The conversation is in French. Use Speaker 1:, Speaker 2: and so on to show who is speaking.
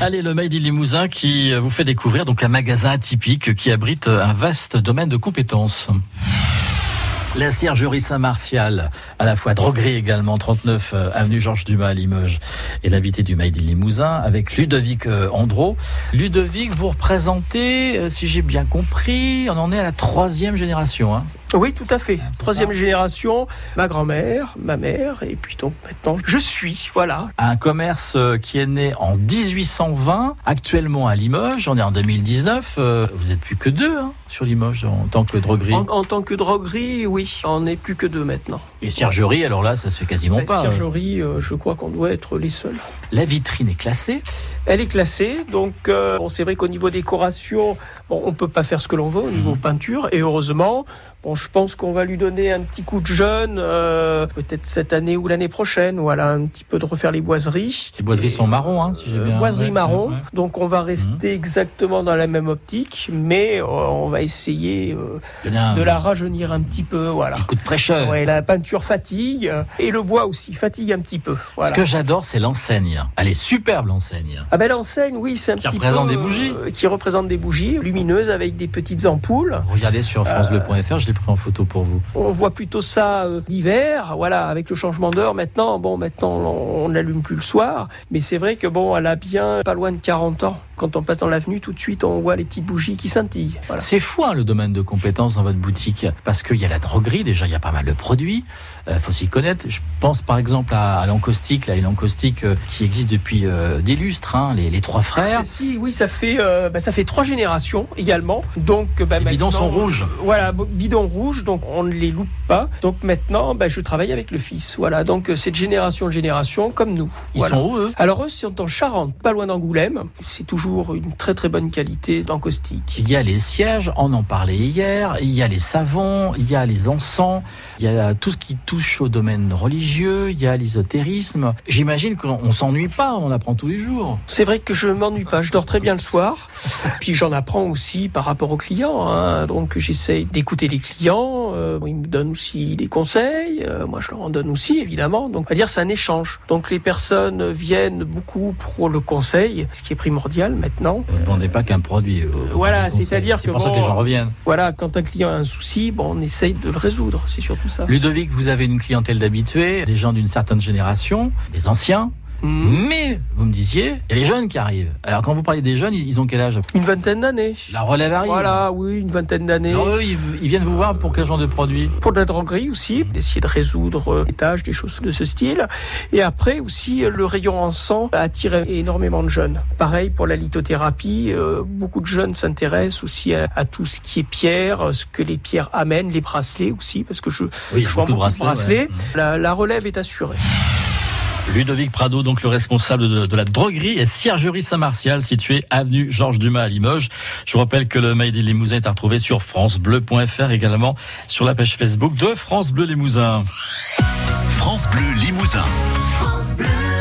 Speaker 1: Allez, le Made in Limousin qui vous fait découvrir donc un magasin atypique qui abrite un vaste domaine de compétences. La Ciergerie Saint-Martial, à la fois droguerie également, 39 euh, avenue Georges Dumas à Limoges, et l'invité du Made in Limousin avec Ludovic euh, Andro. Ludovic, vous représentez, euh, si j'ai bien compris, on en est à la troisième génération. Hein.
Speaker 2: Oui, tout à fait. Troisième génération, ma grand-mère, ma mère, et puis donc maintenant, je suis, voilà.
Speaker 1: Un commerce euh, qui est né en 1820, actuellement à Limoges, on est en 2019. euh, Vous n'êtes plus que deux hein, sur Limoges en tant que droguerie.
Speaker 2: En, en tant que droguerie, oui, on n'est plus que deux maintenant.
Speaker 1: Et Ciergerie, alors là, ça se fait quasiment
Speaker 2: La
Speaker 1: pas. hein.
Speaker 2: Ciergerie, euh, je crois qu'on doit être les seuls.
Speaker 1: La vitrine est classée.
Speaker 2: Elle est classée, donc euh, bon, c'est vrai qu'au niveau décoration, bon, on peut pas faire ce que l'on veut au
Speaker 1: Mmh.
Speaker 2: niveau peinture, et heureusement, bon, je pense qu'on va lui donner un petit coup de jeune, euh, peut-être cette année ou l'année prochaine, voilà, un petit peu de refaire les boiseries.
Speaker 1: Les boiseries
Speaker 2: Et, euh,
Speaker 1: sont marron, hein, si j'ai bien.
Speaker 2: boiserie
Speaker 1: ouais,
Speaker 2: marron,
Speaker 1: ouais, Mhm. ouais.
Speaker 2: donc on va rester exactement dans la même optique, mais euh, on va essayer euh,
Speaker 1: Donner un
Speaker 2: de la rajeunir un petit peu, voilà.
Speaker 1: Coup de fraîcheur.
Speaker 2: Ouais, la peinture fatigue euh, et le bois aussi fatigue un petit peu. Voilà.
Speaker 1: Ce que j'adore, c'est l'enseigne. Elle est superbe, l'enseigne.
Speaker 2: Ah ben l'enseigne, oui, c'est un
Speaker 1: Qui
Speaker 2: petit
Speaker 1: représente
Speaker 2: peu,
Speaker 1: des bougies.
Speaker 2: euh, qui représente des bougies lumineuses avec des petites ampoules.
Speaker 1: Regardez
Speaker 2: Euh,
Speaker 1: sur francebleu.fr, je l'ai pris en photo pour vous.
Speaker 2: On voit plutôt ça euh, l'hiver, voilà, avec le changement d'heure maintenant. Bon, maintenant on on n'allume plus le soir, mais c'est vrai que bon, elle a bien pas loin de 40 ans. Quand on passe dans l'avenue, tout de suite, on voit les petites bougies qui scintillent. Voilà.
Speaker 1: C'est fou hein, le domaine de compétences dans votre boutique parce qu'il y a la droguerie déjà, il y a pas mal de produits, euh, faut s'y connaître. Je pense par exemple à, à l'encaustique, la l'encaustique euh, qui existe depuis euh, des lustres, hein, les, les trois frères.
Speaker 2: Ah, si, si, oui, ça fait, euh, bah, ça fait trois générations également. Donc, euh, bah,
Speaker 1: Les bidons
Speaker 2: maintenant-
Speaker 1: sont rouges.
Speaker 2: Voilà, bo- bidons rouges, donc on ne les loupe pas. Donc maintenant, bah, je travaille avec le fils. Voilà, donc euh, c'est de génération en génération, comme nous.
Speaker 1: Ils
Speaker 2: Voilà.
Speaker 1: sont où eux
Speaker 2: Alors eux sont en Charente, pas loin d'Angoulême. C'est toujours une très très bonne qualité d'encaustique.
Speaker 1: Il y a les sièges, on en parlait hier, il y a les savons, il y a les encens, il y a tout ce qui touche au domaine religieux, il y a l'ésotérisme. J'imagine qu'on on s'ennuie pas, on en apprend tous les jours.
Speaker 2: C'est vrai que je m'ennuie pas, je dors très bien le soir. Puis j'en apprends aussi par rapport aux clients. hein. Donc j'essaye d'écouter les clients. euh, ils me donnent aussi des conseils. euh, moi je leur en donne aussi évidemment. Donc on va dire c'est un échange. Donc les personnes viennent beaucoup pour le conseil, ce qui est primordial maintenant.
Speaker 1: Vous ne vendez pas qu'un produit. euh, vous
Speaker 2: Voilà,
Speaker 1: vendez des
Speaker 2: c'est-à-dire
Speaker 1: conseils. C'est
Speaker 2: que
Speaker 1: pour ça que
Speaker 2: bon,
Speaker 1: les gens reviennent.
Speaker 2: Voilà, quand un client a un souci, bon, on essaye de le résoudre. C'est surtout ça.
Speaker 1: Ludovic, vous avez une clientèle d'habitués, des gens d'une certaine génération, des anciens,
Speaker 2: Hmm.
Speaker 1: mais vous me disiez, il y a les jeunes qui arrivent. Alors quand vous parlez des jeunes, ils ils ont quel âge
Speaker 2: Une vingtaine d'années.
Speaker 1: La relève arrive.
Speaker 2: Voilà, oui, une vingtaine d'années.
Speaker 1: Alors, eux, ils, ils viennent vous voir pour quel genre de produit
Speaker 2: pour de la droguerie aussi, d'essayer de résoudre euh, des tâches, des choses de ce style. Et après aussi, euh, le rayon en sang a attiré énormément de jeunes. Pareil pour la lithothérapie, euh, beaucoup de jeunes s'intéressent aussi à, à tout ce qui est pierre, euh, ce que les pierres amènent, les bracelets aussi, parce que je,
Speaker 1: Oui, il y a
Speaker 2: je vends
Speaker 1: beaucoup de
Speaker 2: beaucoup de
Speaker 1: bracelets,
Speaker 2: bracelets.
Speaker 1: ouais. Mm.
Speaker 2: La, la relève est assurée.
Speaker 1: Ludovic Prado, donc le responsable de, de la droguerie et ciergerie Saint-Martial, située avenue Georges Dumas à Limoges. Je vous rappelle que le Made in Limousin est à retrouver sur francebleu.fr, également sur la page Facebook de France Bleu Limousin.
Speaker 3: France Bleu Limousin.
Speaker 4: France Bleu.